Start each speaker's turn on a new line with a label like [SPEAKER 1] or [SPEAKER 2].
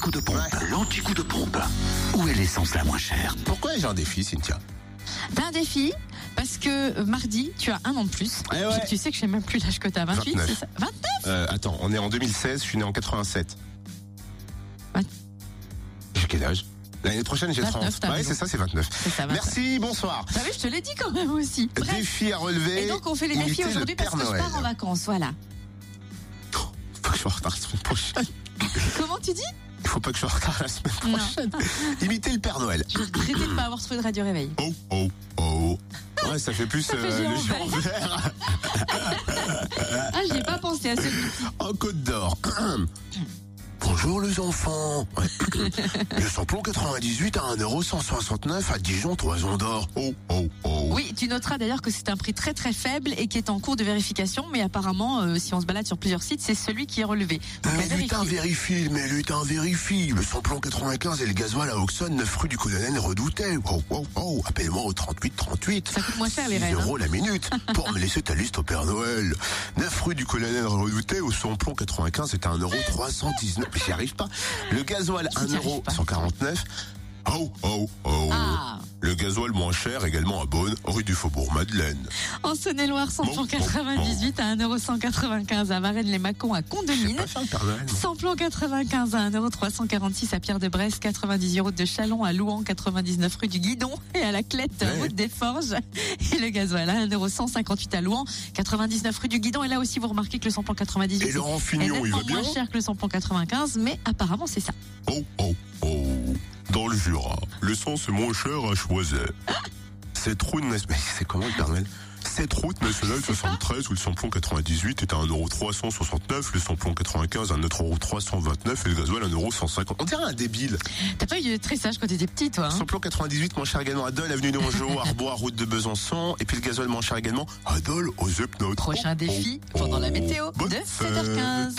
[SPEAKER 1] coup de pompe, l'anti-coup de pompe. Où est l'essence la moins chère
[SPEAKER 2] Pourquoi j'ai un défi, Cynthia
[SPEAKER 3] T'as un défi parce que euh, mardi, tu as un an de plus.
[SPEAKER 2] Eh ouais.
[SPEAKER 3] Puis Tu sais que je sais même plus l'âge que t'as, 28,
[SPEAKER 2] 29.
[SPEAKER 3] c'est ça 29
[SPEAKER 2] Euh, Attends, on est en 2016, je suis né en 87.
[SPEAKER 3] Ouais.
[SPEAKER 2] J'ai quel âge L'année prochaine, j'ai
[SPEAKER 3] 29,
[SPEAKER 2] 30.
[SPEAKER 3] t'as
[SPEAKER 2] Ouais,
[SPEAKER 3] raison.
[SPEAKER 2] c'est ça, c'est 29.
[SPEAKER 3] C'est ça, 29.
[SPEAKER 2] Merci, bonsoir.
[SPEAKER 3] T'as vu, je te l'ai dit quand même aussi. Bref.
[SPEAKER 2] Défi à relever.
[SPEAKER 3] Et donc on fait les
[SPEAKER 2] imiter
[SPEAKER 3] défis
[SPEAKER 2] le
[SPEAKER 3] aujourd'hui parce
[SPEAKER 2] Père
[SPEAKER 3] que je
[SPEAKER 2] Noël.
[SPEAKER 3] pars en vacances, voilà.
[SPEAKER 2] Oh, Faut que je sois en retard la semaine prochaine.
[SPEAKER 3] Comment tu dis
[SPEAKER 2] Faut pas que je sois en retard la semaine
[SPEAKER 3] Non,
[SPEAKER 2] prochaine. Imiter le Père Noël.
[SPEAKER 3] je regrettais de pas avoir trouvé de radio réveil.
[SPEAKER 2] Oh, oh, oh. Ouais, ça fait plus
[SPEAKER 3] Ça fait
[SPEAKER 2] euh, le
[SPEAKER 3] géant
[SPEAKER 2] géant vert
[SPEAKER 3] Ah, j'y ai pas pensé à ce
[SPEAKER 2] en Côte d'Or. Bonjour les enfants. Ouais. le samplon 98 à 1,169€ à Dijon, 3 ans d'or. Oh, oh, oh.
[SPEAKER 3] Oui, tu noteras d'ailleurs que c'est un prix très très faible et qui est en cours de vérification, mais apparemment, euh, si on se balade sur plusieurs sites, c'est celui qui est relevé. Donc, à
[SPEAKER 2] Mais
[SPEAKER 3] vérifier.
[SPEAKER 2] lutin vérifie, mais lutin vérifie. Le samplon 95 et le gasoil à Auxonne, 9 rue du Colonel redouté. Oh, oh, oh, appelle-moi au 38 38.
[SPEAKER 3] Ça coûte moins cher, les
[SPEAKER 2] 6
[SPEAKER 3] rêves, hein.
[SPEAKER 2] euros la minute pour me laisser ta liste au Père Noël. 9 rue du Colonel redouté au samplon 95 c'est à 1 euro 319. J'y arrive pas. Le gasoil
[SPEAKER 3] Si, t'y
[SPEAKER 2] 1 euro
[SPEAKER 3] arrives pas.
[SPEAKER 2] 149. Oh, oh, oh.
[SPEAKER 3] Ah.
[SPEAKER 2] Le gasoil moins cher également à Beaune, rue du Faubourg Madeleine.
[SPEAKER 3] En Saône-et-Loire, 198 à 1,195€ à Varennes-les-Mâcons à Condomines.
[SPEAKER 2] Pas ça, le Père Noël.
[SPEAKER 3] Samplon 95 à 1,346€ à Pierre de Bresse, 90 euros de Chalon à Louan, 99 rue du Guidon et à la Clette,
[SPEAKER 2] Ouais.
[SPEAKER 3] route des Forges. Et le gasoil à 1,158€ à Louan, 99 rue du Guidon. Et là aussi, vous remarquez que le samplon 98
[SPEAKER 2] Et Laurent
[SPEAKER 3] est
[SPEAKER 2] Fignon, il
[SPEAKER 3] nettement
[SPEAKER 2] va bien
[SPEAKER 3] moins cher que le samplon 95, mais apparemment, c'est ça.
[SPEAKER 2] Oh, oh, oh. Dans le Jura, le sens est moins cher à choisir. Cette route nationale. C'est comment le Père Noël Cette route nationale 73 où le samplon 98 est à 1,369€, le samplon 95 à 1,329€ et le gasoil à 1,150€. On dirait un débile.
[SPEAKER 3] T'as pas eu très sage quand t'étais petit, toi. hein
[SPEAKER 2] Samplon 98, moins cher également à Dole, avenue d'Anjou, Arbois, route de Besançon. Et puis le gasoil, moins cher également à Dole, aux Epnotes.
[SPEAKER 3] Prochain défi pendant la météo de 7h15.